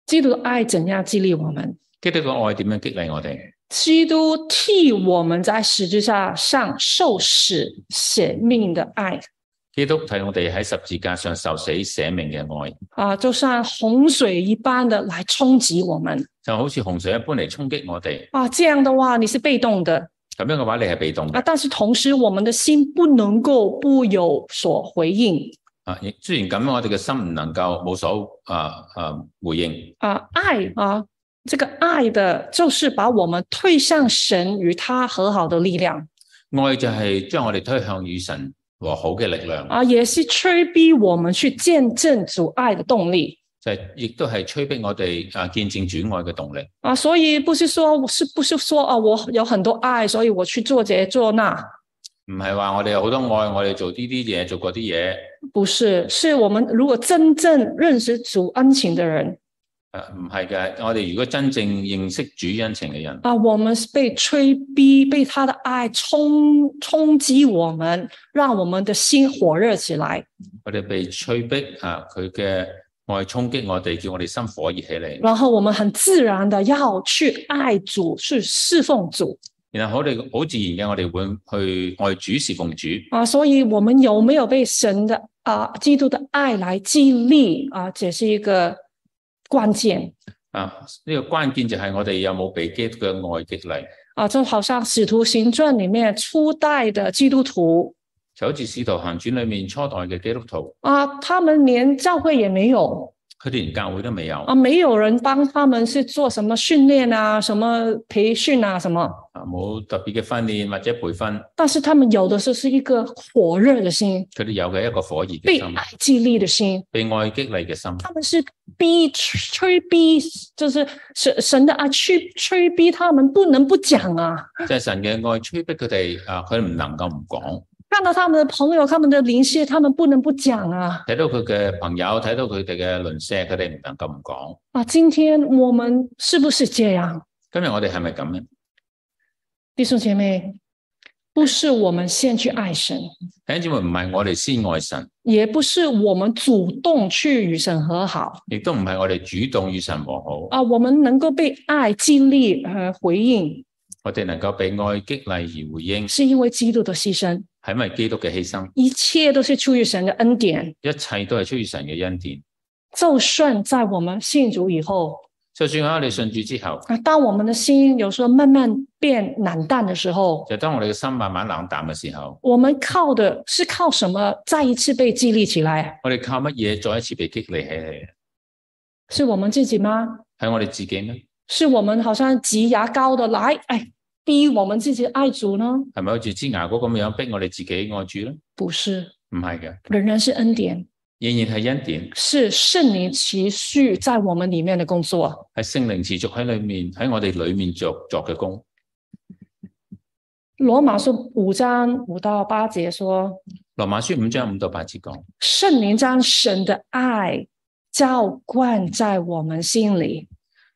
Speaker 3: 基督的爱怎样激励我们？
Speaker 2: 基督嘅愛點樣激勵我哋？
Speaker 3: 基督替我们在十字架上受死舍命的爱
Speaker 2: 基督替我哋喺十字架上受死捨命嘅愛，
Speaker 3: 啊，就像洪水一般的来冲击我们
Speaker 2: 就好似洪水一般嚟衝擊我哋。
Speaker 3: 啊。这样的话，你是被动的
Speaker 2: 咁樣嘅話，你係被動
Speaker 3: 啊，
Speaker 2: 嘅。
Speaker 3: 但是同时，我们的心不能够不有所回应
Speaker 2: 啊，亦雖然咁，我哋嘅心唔能夠冇所啊啊回應。
Speaker 3: 啊。爱啊，这个爱的，就是把我们推向神与他和好的力量
Speaker 2: 愛就係將我哋推向與神和好嘅力量，
Speaker 3: 啊，也是催逼我们去见证主爱的动力。
Speaker 2: 就係亦都係催逼我哋啊見證主愛嘅動力。
Speaker 3: 啊，所以不是说，是不是说啊，我有很多爱，所以我去做这做那，
Speaker 2: 唔係話我哋有好多愛，我哋做呢啲嘢，做嗰啲嘢，
Speaker 3: 不是，是我们如果真正认识主恩情的人
Speaker 2: 誒啊唔係嘅。我哋如果真正認識主恩情嘅人，
Speaker 3: 啊，我们是被催逼，被他的爱冲冲击我们，让我们的心火热起来，
Speaker 2: 我哋被催逼啊，佢嘅愛衝擊我哋，叫我哋心火熱起嚟。
Speaker 3: 然后我们很自然的要去爱主，去侍奉主
Speaker 2: 然後我哋好自然嘅，我哋會去愛主侍奉主。
Speaker 3: 啊。所以，我们有没有被神的啊基督的爱来激励啊，这是一个关键。
Speaker 2: 啊，呢、個關鍵就係我哋有冇被基督嘅愛激勵，
Speaker 3: 啊，就好像《使徒行传》里面初代的基督徒
Speaker 2: 就好似《使徒行傳》裏面初代嘅基督徒，
Speaker 3: 啊，他们连教会也没有
Speaker 2: 佢哋連教會都未有，
Speaker 3: 啊，没有人帮他们是做什么训练啊、什么培训啊什么，
Speaker 2: 啊冇特別嘅訓練或者培訓，
Speaker 3: 但是他们有的是是一个火热的心，
Speaker 2: 佢哋有嘅一個火熱嘅
Speaker 3: 被
Speaker 2: 心
Speaker 3: 爱，激励的心，
Speaker 2: 被愛激勵嘅心。
Speaker 3: 他们是逼催逼，就是神神的爱去催逼他们不能不讲啊。
Speaker 2: 即係神嘅愛催逼佢哋啊，佢唔能夠唔講。
Speaker 3: 看到他们的朋友、他们的邻舍，他们不能不讲啊！
Speaker 2: 睇到佢嘅朋友，睇到佢哋嘅鄰舍，佢哋唔能夠唔講。
Speaker 3: 啊，今天我们是不是这样？
Speaker 2: 今日我哋係咪咁咧？
Speaker 3: 弟兄姐妹，不是我们先去爱神，
Speaker 2: 弟兄姊妹，唔係我哋先愛神，
Speaker 3: 也不是我们主动去与神和好
Speaker 2: 亦都唔係我哋主動與神和好。
Speaker 3: 啊，我们能够被爱激励和回应，
Speaker 2: 我哋能夠被愛激勵而回應，
Speaker 3: 是因为基督的牺牲，
Speaker 2: 係咪基督嘅犧牲？
Speaker 3: 一切都是出于神的恩典。
Speaker 2: 一切都係出於神嘅恩典。
Speaker 3: 就算在我们信主以后
Speaker 2: 就算啊，你信主之後，
Speaker 3: 啊，当我们的心有时候慢慢变冷淡的时候，
Speaker 2: 就當我哋嘅心慢慢冷淡嘅時候，
Speaker 3: 我们靠的是靠什么再一次被激励起来？啊
Speaker 2: 我哋靠乜嘢再一次被激勵起嚟？
Speaker 3: 是我们自己吗？
Speaker 2: 係我哋自己咩？
Speaker 3: 是我们好像挤牙膏的来，哎，逼我们自己爱主呢？
Speaker 2: 係咪好似支牙膏咁樣逼我哋自己愛主咧？
Speaker 3: 不是，
Speaker 2: 唔係嘅，
Speaker 3: 仍然是恩典，
Speaker 2: 仍然係恩典，
Speaker 3: 是圣灵持续在我们里面的工作。
Speaker 2: 係聖靈持續喺裏面，喺我哋裏面作作嘅工。
Speaker 3: 罗马书五章五到八节说，
Speaker 2: 羅馬書五章五到八節講，
Speaker 3: 圣灵将神的爱浇灌在我们心里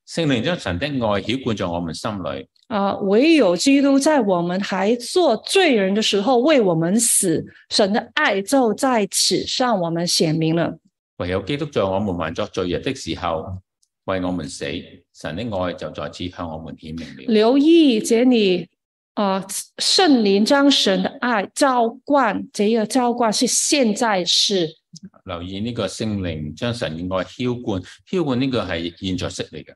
Speaker 2: 聖靈將神的愛曉灌在我們心裏，
Speaker 3: 啊、唯有基督在我们还做罪人的时候为我们死，神的爱就在此向我们显明了。
Speaker 2: 唯有基督在我們還作罪人的時候為我們死，神的愛就在此向我們顯明了。
Speaker 3: 留意这里啊、呃圣灵将神的爱浇灌，这个浇灌是现在式
Speaker 2: 留意呢個聖靈將神嘅愛澆灌，澆灌呢個係現在式嚟嘅，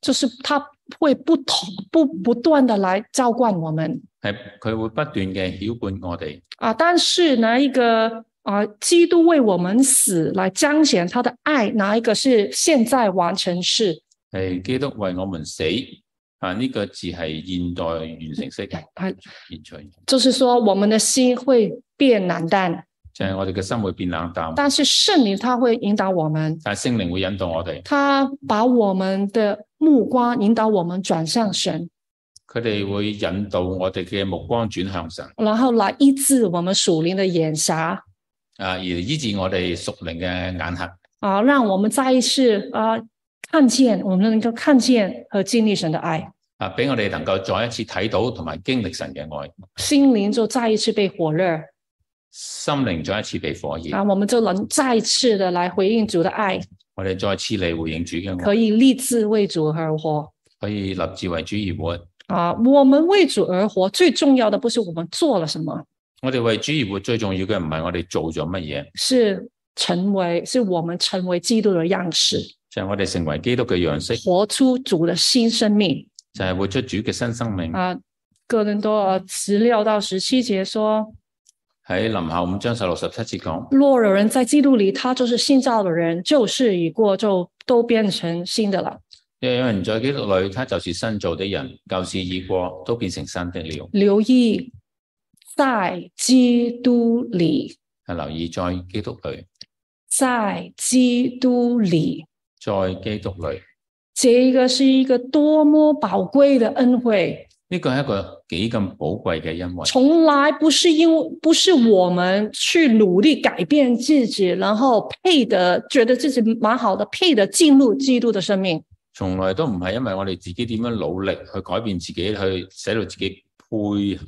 Speaker 3: 就是他会不同不不断的来浇灌我们
Speaker 2: 係佢會不斷嘅澆灌我哋。
Speaker 3: 啊。但是呢，一个啊、基督为我们死来彰显他的爱，哪一个是现在完成式？
Speaker 2: 係基督為我們死啊！呢、個字係現代完成式，
Speaker 3: 啊，
Speaker 2: 現在
Speaker 3: 就是说我们的心会变冷淡，
Speaker 2: 就係我哋嘅心會變冷淡，
Speaker 3: 但是圣灵他会引导我们，
Speaker 2: 但係聖靈會引導我哋，
Speaker 3: 他把我们的目光引导我们转向神。
Speaker 2: 佢哋會引導我哋嘅目光轉向神
Speaker 3: 然后来医治我们属灵的眼瞎
Speaker 2: 啊，而醫治我哋屬靈嘅眼瞎，
Speaker 3: 啊，让我们再一次啊看见，我们能够看见和经历神的爱，
Speaker 2: 啊，俾我哋能夠再一次睇到同埋經歷神嘅愛，
Speaker 3: 心灵就再一次被火热
Speaker 2: 心靈再一次被火熱，
Speaker 3: 啊，我们就能再次的来回应主的爱，
Speaker 2: 我哋再次嚟回應主嘅愛，
Speaker 3: 可以立志为主而活
Speaker 2: 可以立志為主而活。
Speaker 3: 啊。我们为主而活，最重要的不是我们做了什么，
Speaker 2: 我哋為主而活最重要嘅唔係我哋做咗乜嘢，
Speaker 3: 是成为是我们成为基督的样式，
Speaker 2: 就係我哋成為基督嘅樣式，
Speaker 3: 活出主的新生命。
Speaker 2: 就係活出主嘅新生命。
Speaker 3: 啊，哥林多十六到十七节说，
Speaker 2: 喺林後五章十六十七節講，
Speaker 3: 若有人在基督里，他就是新造的人，旧事已过，就都变成新的了。
Speaker 2: 因為有人在基督裏，他就是新造的人，舊事已過，都變成新的了。
Speaker 3: 留意在基督里，
Speaker 2: 係啊留意在基督裏，
Speaker 3: 在基督里，
Speaker 2: 在基督裏，
Speaker 3: 这一个是一个多么宝贵的恩惠，
Speaker 2: 呢個係一個幾咁寶貴嘅恩惠，
Speaker 3: 从来不是因为不是我们去努力改变自己，然后配得觉得自己蛮好的，配得进入基督的生命。
Speaker 2: 從來都唔係因為我哋自己點樣努力去改變自己，去使到自己配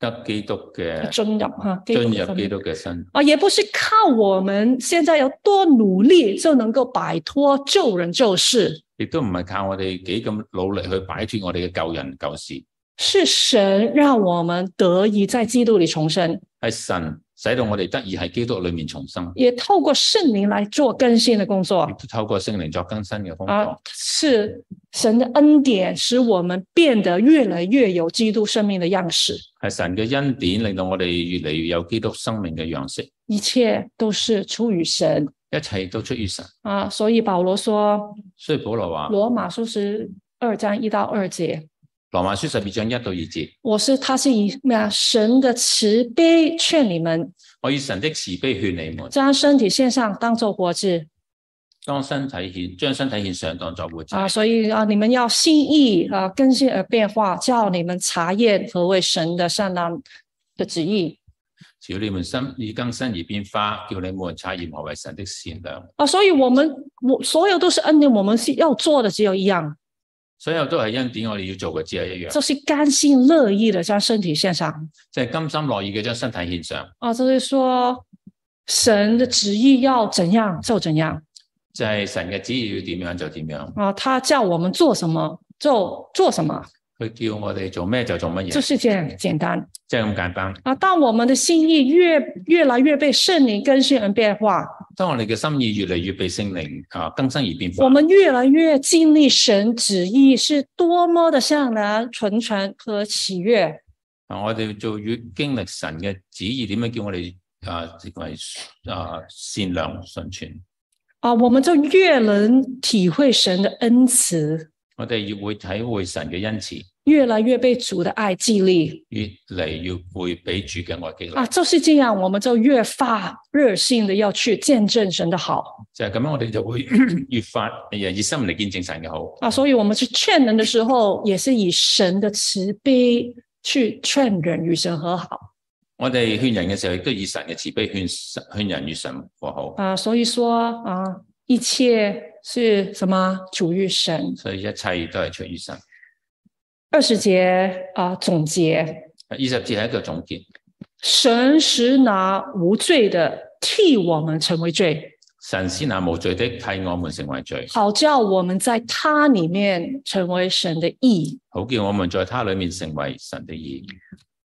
Speaker 2: 得基督嘅
Speaker 3: 进入哈，基
Speaker 2: 進
Speaker 3: 督的生
Speaker 2: 入
Speaker 3: 命
Speaker 2: 基督嘅身。
Speaker 3: 啊，也不是靠我们现在有多努力就能够摆脱救人救世，
Speaker 2: 亦都唔係靠我哋幾咁努力去擺脱我哋嘅舊人舊事，
Speaker 3: 是神让我们得以在基督里重生，
Speaker 2: 係神使到我哋得以喺基督裏面重生，
Speaker 3: 也透过圣灵来做更新的工作
Speaker 2: 亦。都透過聖靈作更新嘅工
Speaker 3: 啊
Speaker 2: 作，，
Speaker 3: 是神的恩典使我们变得越来越有基督生命的样式，
Speaker 2: 係神嘅恩典令到我哋越嚟越有基督生命嘅樣式，
Speaker 3: 一切都是出于神
Speaker 2: 一切都出於神。
Speaker 3: 啊。所以保罗说，
Speaker 2: 所以保羅話
Speaker 3: 《罗马书》十二章一到二节，
Speaker 2: 羅馬書十二章一到二節：
Speaker 3: 我是，他是以咩啊？神的慈悲劝你们，
Speaker 2: 我以神的慈悲勸你們，
Speaker 3: 将身体献上，当做活祭
Speaker 2: 當身體獻將身體獻上當作活祭。
Speaker 3: 啊！所以啊，你们要心意啊更新而变化，叫你们查验何为神的善良的旨意
Speaker 2: 朝你們心意更新而變化，叫你們察驗何為神的善良。
Speaker 3: 啊！所以我们我所有都是恩典，我们是要做的只有一样，
Speaker 2: 所有都係恩典，我哋要做嘅只係一樣，
Speaker 3: 就是甘心乐意的将身体献上
Speaker 2: 即係甘心樂意嘅將身體獻上。
Speaker 3: 啊！就是说，神的旨意要怎样就怎样
Speaker 2: 就係神嘅旨意要點樣就點樣，
Speaker 3: 啊！他叫我们做什么就做什么，
Speaker 2: 佢叫我哋做咩就做乜
Speaker 3: 就
Speaker 2: 嘢，
Speaker 3: 是这样简单。
Speaker 2: 即係咁簡單。
Speaker 3: 啊，当我们的心意越越来越被圣灵更新而变化，
Speaker 2: 當我哋嘅心意越嚟越被聖靈啊更新而變化
Speaker 3: 我，们越来越经历神旨意是多么的善良、纯全和喜悦
Speaker 2: 啊我哋就越經歷神嘅旨意點樣叫我哋啊成為啊善良純全，
Speaker 3: 啊，我们就越能体会神的恩慈，
Speaker 2: 我哋越會體會神嘅恩慈，
Speaker 3: 越来越被主的爱激励
Speaker 2: 越嚟越會俾主嘅愛激
Speaker 3: 啊，
Speaker 2: 勵。
Speaker 3: 就是这样，我们就越发热心的要去见证神的好
Speaker 2: 就係咁樣，我哋就會 越發越熱心嚟見證神嘅好。
Speaker 3: 啊，所以我们去劝人的时候，也是以神的慈悲去劝人与神和好。
Speaker 2: 我哋勸人嘅時候，亦都以神嘅慈悲勸勸人與神和好，
Speaker 3: 啊，所以说啊，一切是什么？主于神。
Speaker 2: 所以一切都係出於神。
Speaker 3: 二十节啊，总结：
Speaker 2: 二十節係一個總結，
Speaker 3: 神实拿无罪的替我们成为罪，
Speaker 2: 神先那無罪的替我們成為罪，
Speaker 3: 好叫我们在他里面成为神的义。
Speaker 2: 好叫我們在他裏面成為神的義。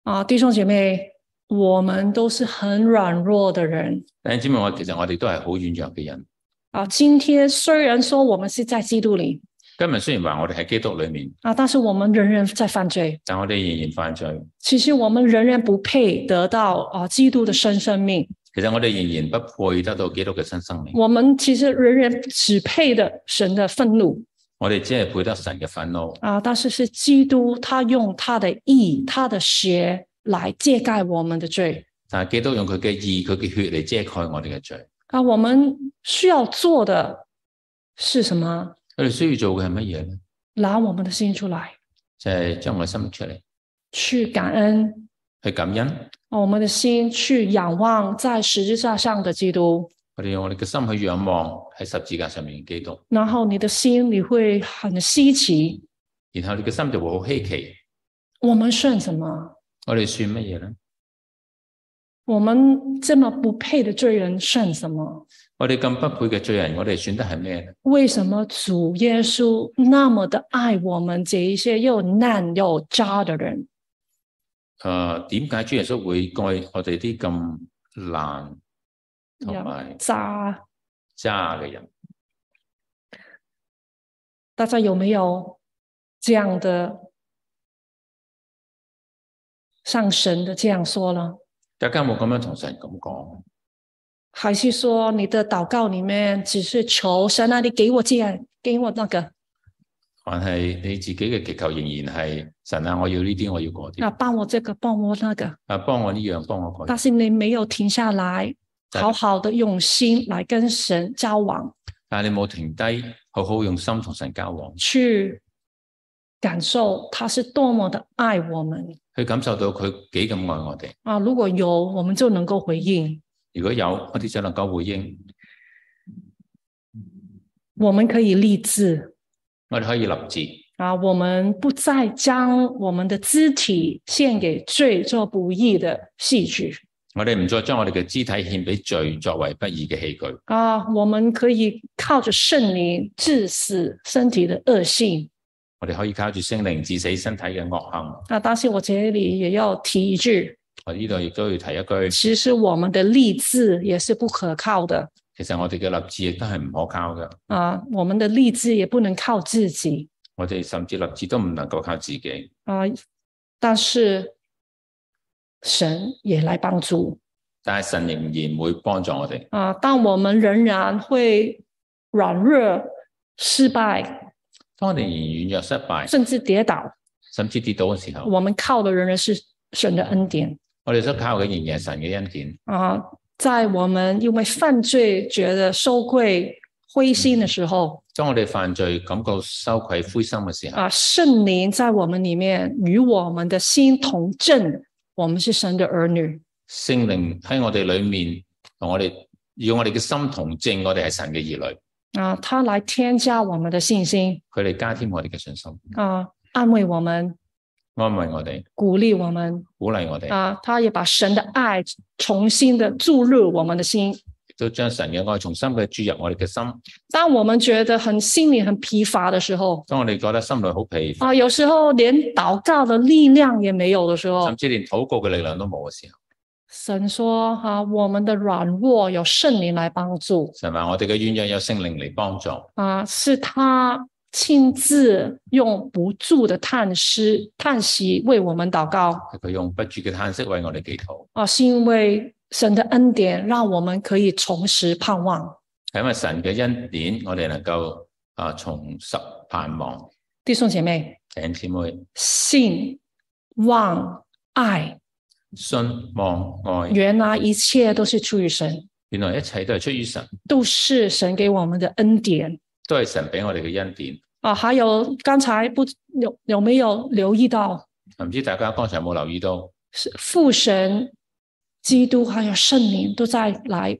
Speaker 3: 啊，弟兄姐妹，我们都是很软弱的人
Speaker 2: 弟兄姊妹，我其實我哋都係好軟弱嘅人。
Speaker 3: 啊。今天虽然说我们是在基督里
Speaker 2: 今日雖然話我哋喺基督裏面，
Speaker 3: 啊，但是我们仍然在犯罪。
Speaker 2: 但我哋仍然犯罪。
Speaker 3: 其实我们仍然不配得到啊基督的新生命。
Speaker 2: 其實我哋仍然不配得到基督嘅新生命，
Speaker 3: 我们其实人人只配的神的愤怒
Speaker 2: 我哋只係配得神嘅憤怒。
Speaker 3: 啊，但是是基督他用他的义、他的血来遮盖我们的罪
Speaker 2: 但係基督用佢嘅義、佢嘅血嚟遮蓋我哋嘅罪。
Speaker 3: 啊。我们需要做的是什么？
Speaker 2: 我哋需要做嘅係乜嘢咧？
Speaker 3: 拿我们的心出来
Speaker 2: 就係將我嘅心出嚟
Speaker 3: 去感恩，
Speaker 2: 去感恩。
Speaker 3: 哦我们的心去仰望在十字架上的基督，
Speaker 2: 我哋用我哋嘅心去仰望喺十字架上面嘅基督，
Speaker 3: 然后你的心你会很稀奇，
Speaker 2: 然後你嘅心就會好稀奇。
Speaker 3: 我们算什么？
Speaker 2: 我哋算乜嘢咧？
Speaker 3: 我们这么不配的罪人算什么？
Speaker 2: 我哋咁不配嘅罪人，我哋算得係咩咧？
Speaker 3: 为什么主耶稣那么的爱我们这一些又烂又渣的人？
Speaker 2: 诶、點啊解主耶穌會愛我哋啲咁難同埋
Speaker 3: 渣，
Speaker 2: 渣嘅人？
Speaker 3: 大家有没有这样的上神的这样说了？
Speaker 2: 大家有冇咁樣同神咁講？
Speaker 3: 还是说你的祷告里面只是求神啊，你给我这样，给我那个，
Speaker 2: 還係你自己嘅祈求仍然係神啊！我要呢啲，我要嗰啲
Speaker 3: 啊，帮我这个，帮我那个？
Speaker 2: 啊！幫我呢樣，幫我嗰
Speaker 3: 但
Speaker 2: 樣。
Speaker 3: 是你没有停下来，
Speaker 2: 对
Speaker 3: 好好的用心来跟神交往，
Speaker 2: 但係你冇停低，好好用心同神交往，
Speaker 3: 去感受他是多么的爱我们
Speaker 2: 去感受到佢幾咁愛我哋。
Speaker 3: 啊！如果有，我们就能够回应，
Speaker 2: 如果有，我哋就能夠回應，
Speaker 3: 我们可以立志，
Speaker 2: 我哋可以立志。
Speaker 3: 啊，我们不再将我们的肢体献给罪做不义的器具
Speaker 2: 我哋唔再將我哋嘅肢體獻俾罪作為不義嘅器具，
Speaker 3: 啊，我们可以靠着圣灵致死身体的恶性
Speaker 2: 我哋可以靠住聖靈致死身體嘅惡行。
Speaker 3: 啊。但是我这里也要提一句，
Speaker 2: 我呢度亦都要提一句，
Speaker 3: 其实我们的立志也是不可靠的
Speaker 2: 其實我哋嘅立志亦都係唔可靠嘅。
Speaker 3: 啊，我们的立志也不能靠自己
Speaker 2: 我哋甚至立志都唔能夠靠自己，
Speaker 3: 啊，但是神也来帮助
Speaker 2: 但係神仍然會幫助我哋。
Speaker 3: 啊，但我们仍然会软弱、失败。
Speaker 2: 當我哋仍然軟弱失敗，
Speaker 3: 甚至跌倒，
Speaker 2: 甚至跌倒嘅時候，
Speaker 3: 我们靠的仍然是神的恩典
Speaker 2: 我哋所靠嘅仍然係神嘅恩典。
Speaker 3: 啊。在我们因为犯罪觉得羞愧、灰心的时候
Speaker 2: 當我哋犯罪感到羞愧灰心嘅時候，
Speaker 3: 啊，圣灵在我们里面与我们的心同证，我们是神的儿女
Speaker 2: 聖靈喺我哋裏面同我哋，要我哋嘅心同正，我哋係神嘅兒女。
Speaker 3: 啊。他来添加我们的信心
Speaker 2: 佢哋加添我哋嘅信心，
Speaker 3: 啊，安慰我们、
Speaker 2: 安慰我哋，
Speaker 3: 鼓励我们
Speaker 2: 鼓勵我哋，
Speaker 3: 啊。他也把神的爱重新的注入我们的心。
Speaker 2: 亦都將神嘅愛重新嘅注入我哋嘅心。
Speaker 3: 当我们觉得很心里很疲乏的时候，
Speaker 2: 當我哋覺得心裏好疲乏，
Speaker 3: 啊，有时候连祷告的力量也没有的时候
Speaker 2: 甚，至連禱告嘅力量都冇嘅時候，
Speaker 3: 神说啊，我们的软弱有圣灵来帮助
Speaker 2: 神話我哋嘅軟弱有聖靈嚟幫助，
Speaker 3: 啊，是他亲自用不住的叹息、叹息为我们祷告
Speaker 2: 佢用不住嘅嘆息為我哋祈禱，
Speaker 3: 啊，是因为神的恩典让我们可以重拾盼望。
Speaker 2: 係因為神嘅恩典，我哋能夠啊重拾盼望。
Speaker 3: 弟兄姐妹，
Speaker 2: 弟兄姊妹，
Speaker 3: 信、望、爱，
Speaker 2: 信望愛，
Speaker 3: 原来一切都是出于神，
Speaker 2: 原來一切都係出於神，
Speaker 3: 都是神给我们的恩典。
Speaker 2: 都係神俾我哋嘅恩典。
Speaker 3: 啊，还有刚才不有有没有留意到
Speaker 2: 唔知大家剛才有冇留意到，
Speaker 3: 是父神、基督还有圣灵都在来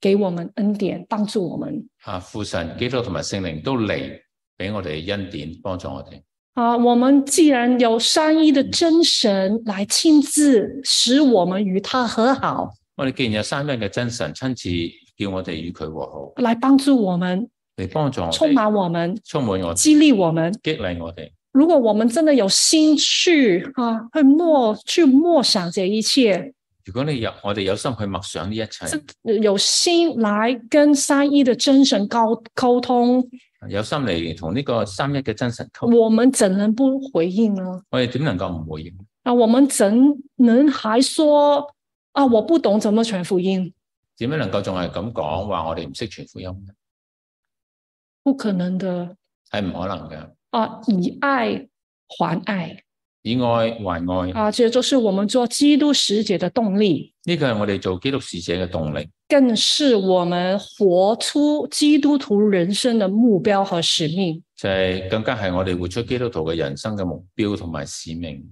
Speaker 3: 给我们恩典，帮助我们
Speaker 2: 啊，父神、基督同埋聖靈都嚟俾我哋恩典，幫助我哋。
Speaker 3: 啊。我们既然有三一的真神来亲自使我们与他和好，
Speaker 2: 我哋既然有三一嘅真神親自叫我哋與佢和好，
Speaker 3: 来帮助我们、
Speaker 2: 嚟幫助我哋，
Speaker 3: 充滿我们、
Speaker 2: 充滿我哋，
Speaker 3: 激励我们。
Speaker 2: 激勵我哋。
Speaker 3: 如果我们真的有心去啊，去默去默想这一切，
Speaker 2: 如果你有我哋有心去默想呢一切，
Speaker 3: 真有心来跟三一的真神沟沟通，
Speaker 2: 有心嚟同呢個三一嘅真神溝通，
Speaker 3: 我們怎能不回應呢？
Speaker 2: 我哋點能夠唔回應？
Speaker 3: 啊，我們怎能還說啊，我不懂怎麼傳福音？
Speaker 2: 點樣能夠仲係咁講話我哋唔識傳福音呢？
Speaker 3: 不可能的
Speaker 2: 係唔可能嘅。
Speaker 3: 啊！以愛還愛
Speaker 2: 以愛還愛，
Speaker 3: 哦啊，這就是我們做基督使者的動力。
Speaker 2: 呢個係我哋做基督使者嘅動力。
Speaker 3: 更是我们活出基督徒人生的目标和使命。
Speaker 2: 就係更加係我哋活出基督徒嘅人生嘅目標同埋使命。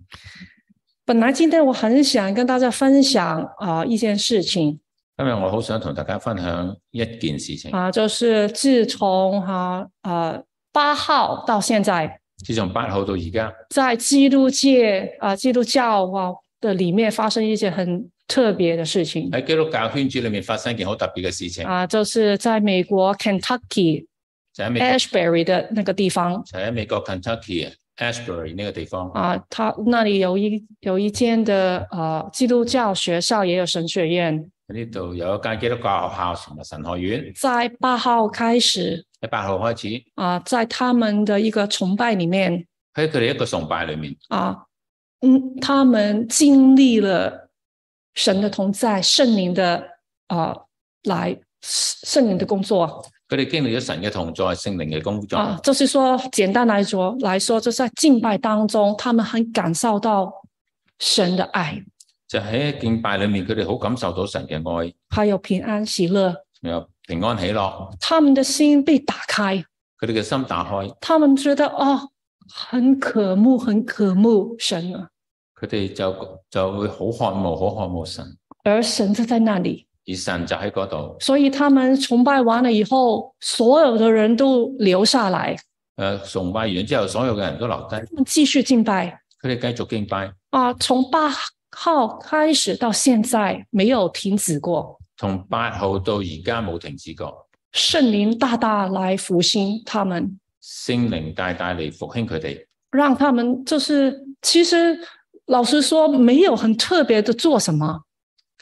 Speaker 3: 本来今天我很想跟大家分享啊、一件事情
Speaker 2: 今日我好想同大家分享一件事情。
Speaker 3: 啊、就是自从哈啊八、号到现在，
Speaker 2: 自從八號到而家，
Speaker 3: 在基督界啊、基督教啊的里面发生一件很特别的事情
Speaker 2: 喺基督教圈子裏面發生一件好特別嘅事情，
Speaker 3: 啊、就是在美国 Kentucky
Speaker 2: 就喺美國
Speaker 3: Ashbury 的那个地方
Speaker 2: 就喺美國 Kentucky 啊 Ashbury 呢個地方，
Speaker 3: 啊、他那里有一有一间的呃基督教学校，也有神学院。
Speaker 2: 呢度有一間基督教學校同埋神學院。
Speaker 3: 在八号开始
Speaker 2: 喺八號開始
Speaker 3: 啊、在他们的一个崇拜里面
Speaker 2: 喺佢哋一個崇拜裏面，
Speaker 3: 啊，嗯，他们经历了神的同在，圣灵的啊、来圣灵的工作
Speaker 2: 佢哋經歷咗神嘅同在、聖靈嘅工作。
Speaker 3: 啊、就是说简单来说来说，就是在敬拜当中，他们很感受到神的爱，
Speaker 2: 就喺敬拜裏面，佢哋好感受到神嘅愛，
Speaker 3: 还有平安喜乐，
Speaker 2: 又平安喜樂。
Speaker 3: 他们的心被打开，
Speaker 2: 佢哋嘅心打開，
Speaker 3: 他们觉得哦，很渴慕，很渴慕神啊，
Speaker 2: 佢哋就就會好渴慕、好渴慕神，
Speaker 3: 而神就在那里。
Speaker 2: 而神就喺嗰度。
Speaker 3: 所以他们崇拜完了以后，所有的人都留下来，
Speaker 2: 诶、呃崇拜完之後，所有嘅人都留低，
Speaker 3: 他们继续敬拜
Speaker 2: 佢哋繼續敬拜，
Speaker 3: 啊。从八号开始到现在，没有停止过。
Speaker 2: 從八號到而家冇停止過。
Speaker 3: 圣灵大大来复兴他们，
Speaker 2: 聖靈大大嚟復興佢哋，
Speaker 3: 让他们就是其实老实说，没有很特别的做什么，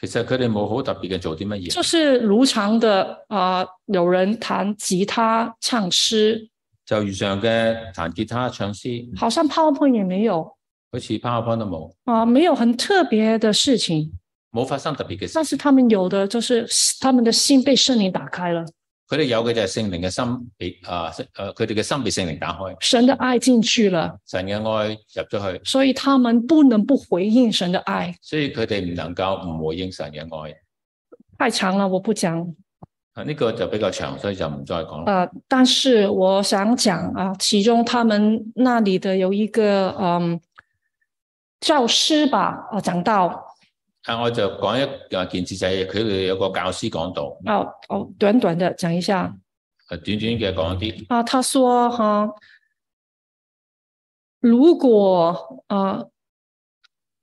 Speaker 2: 其實佢哋冇好特別嘅做啲乜嘢，
Speaker 3: 就是如常的啊、有人弹吉他、唱诗，
Speaker 2: 就如常嘅彈吉他、唱詩，
Speaker 3: 好像 PowerPoint 也没有
Speaker 2: 好似 PowerPoint 都冇，
Speaker 3: 啊、没有很特别的事情。
Speaker 2: 冇發生特別嘅事
Speaker 3: 但。是他们有的就是他们的心被圣灵打开了，
Speaker 2: 佢哋有嘅就係聖靈嘅心被啊誒，呃佢哋嘅心被聖靈打開，
Speaker 3: 神的爱进去了，
Speaker 2: 神嘅愛入咗去，
Speaker 3: 所以他们不能不回应神的爱。
Speaker 2: 所以佢哋唔能夠唔回應神嘅愛。
Speaker 3: 太长了，我不讲。
Speaker 2: 啊，呢、個就比較長，所以就唔再講啦。
Speaker 3: 呃，但是我想讲啊、其中他们那里的有一个嗯教师吧，啊、讲到
Speaker 2: 啊，我就講一啊件事就係佢哋有個教師講道，
Speaker 3: 啊哦、短短的讲一下
Speaker 2: 啊短短嘅講啲。
Speaker 3: 啊、他说哈、如果啊、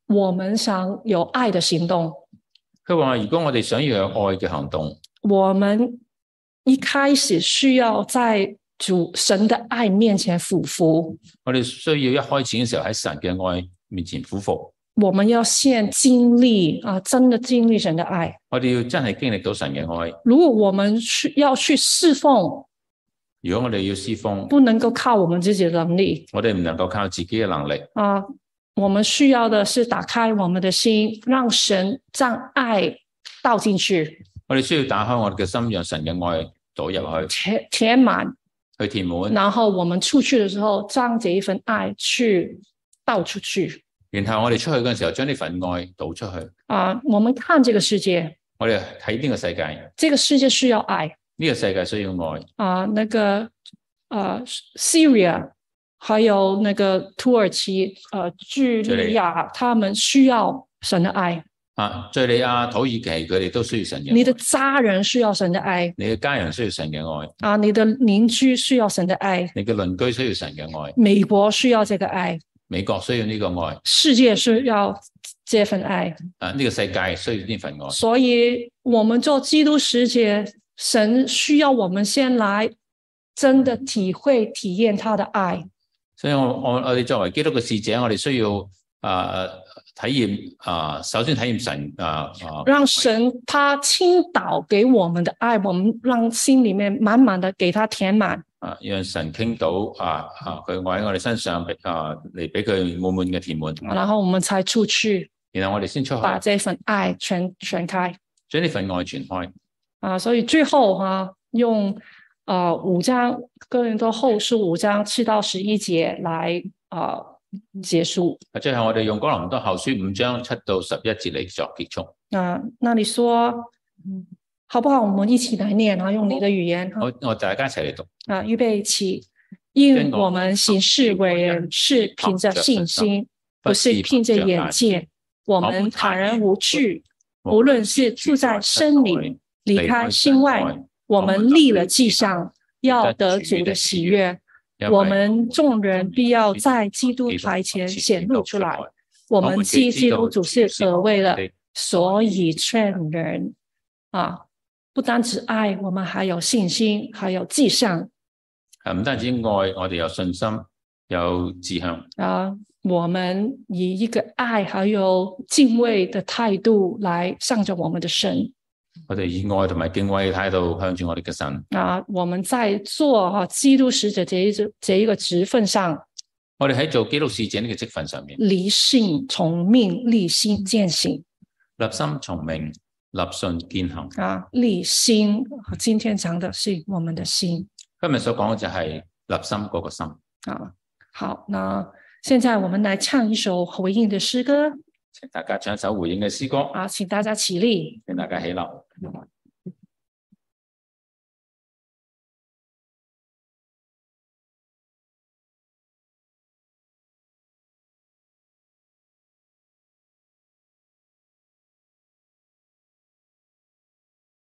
Speaker 3: 我们想有爱的行动，
Speaker 2: 佢話：如果我哋想要有愛嘅行動，
Speaker 3: 我们一开始需要在主神的爱面前俯伏，
Speaker 2: 我哋需要一開始嘅時候喺神嘅愛面前俯伏，
Speaker 3: 我们要先经历啊，真的经歷神的爱。
Speaker 2: 我哋要真係經歷到神嘅愛。
Speaker 3: 如果我们去要去侍奉，
Speaker 2: 如果我哋要施奉，
Speaker 3: 不能够靠我们自己的能力
Speaker 2: 我哋唔能夠靠自己嘅能力，
Speaker 3: 啊，我们需要的是打开我们的心，让神将爱倒进去，
Speaker 2: 我哋需要打開我哋嘅心，讓神嘅愛倒入去，
Speaker 3: 填填满，
Speaker 2: 去填滿。
Speaker 3: 然后我们出去的时候，将这一份爱去倒出去
Speaker 2: 然後我哋出去嗰陣時候，將呢份愛倒出去。
Speaker 3: 啊。我们看这个世界，
Speaker 2: 我哋睇呢個世界，
Speaker 3: 这个世界需要爱
Speaker 2: 呢、個世界需要愛。
Speaker 3: 啊、那个呃，Syria 还有那个土耳其呃叙利亚，他们需要神的爱。
Speaker 2: 啊，敍利亞、土耳其佢哋都需要神嘅
Speaker 3: 你的
Speaker 2: 愛，
Speaker 3: 家人需要神的爱
Speaker 2: 你嘅家人需要神嘅愛，
Speaker 3: 啊，你的邻居需要神的爱，
Speaker 2: 你嘅鄰居需要神嘅愛，
Speaker 3: 美国需要这个爱，
Speaker 2: 美國需要呢個愛，
Speaker 3: 世界需要这份爱。
Speaker 2: 啊，呢、個世界需要呢份愛。
Speaker 3: 所以，我们做基督使节，神需要我们先来真的体会、体验他的爱。
Speaker 2: 所以我我我哋作為基督嘅使者，我哋需要啊體驗啊，首先體驗神啊啊
Speaker 3: 让神他倾倒给我们的爱，我们让心里面满满的给他填满
Speaker 2: 啊，讓神傾到啊啊佢愛喺我哋身上，啊嚟俾佢滿滿嘅填滿，
Speaker 3: 啊，然后我们才出去
Speaker 2: 然後我哋先出去
Speaker 3: 把这份爱全全开
Speaker 2: 將呢份愛傳開。
Speaker 3: 啊。所以最后哈、啊，用呃五章哥林多后书五章七到十一节来啊、呃、结束
Speaker 2: 啊，最後我哋用哥林多後書五章七到十一節嚟作結束。
Speaker 3: 啊。那你说，嗯好不好？我们一起来念啊，用你的语言哈。
Speaker 2: 我我大家一齊嚟讀。
Speaker 3: 啊，预备起，因我们行事为人是凭着信心，不是凭着眼见。我们坦然无惧，无论是住在森林，离开心外，我们立了迹象，要得主的喜悦。我们众人必要在基督台前显露出来。我们既基督主是可畏的，所以劝人啊，不单只爱，我们还有信心，还有迹象
Speaker 2: 啊，唔單止愛，我哋有信心，有志向，
Speaker 3: 啊。我们以一个爱还有敬畏的态度来向着我们的神
Speaker 2: 我哋以愛同埋敬畏嘅態度向住我哋嘅神。
Speaker 3: 啊，我们在做哈、基督使者这一这这一个职分上，
Speaker 2: 我哋喺做基督使者呢個職份上面，
Speaker 3: 离性从命，立心践行
Speaker 2: 立心從命，立信見行。
Speaker 3: 啊，立心。今天讲的是我们的心
Speaker 2: 今日所講嘅就係立心嗰個心。
Speaker 3: 啊。好，那现在我们来唱一首回应的诗歌啊
Speaker 2: 請大家唱一首回應嘅詩歌，
Speaker 3: 啊，请大家起立。
Speaker 2: 請大家起立。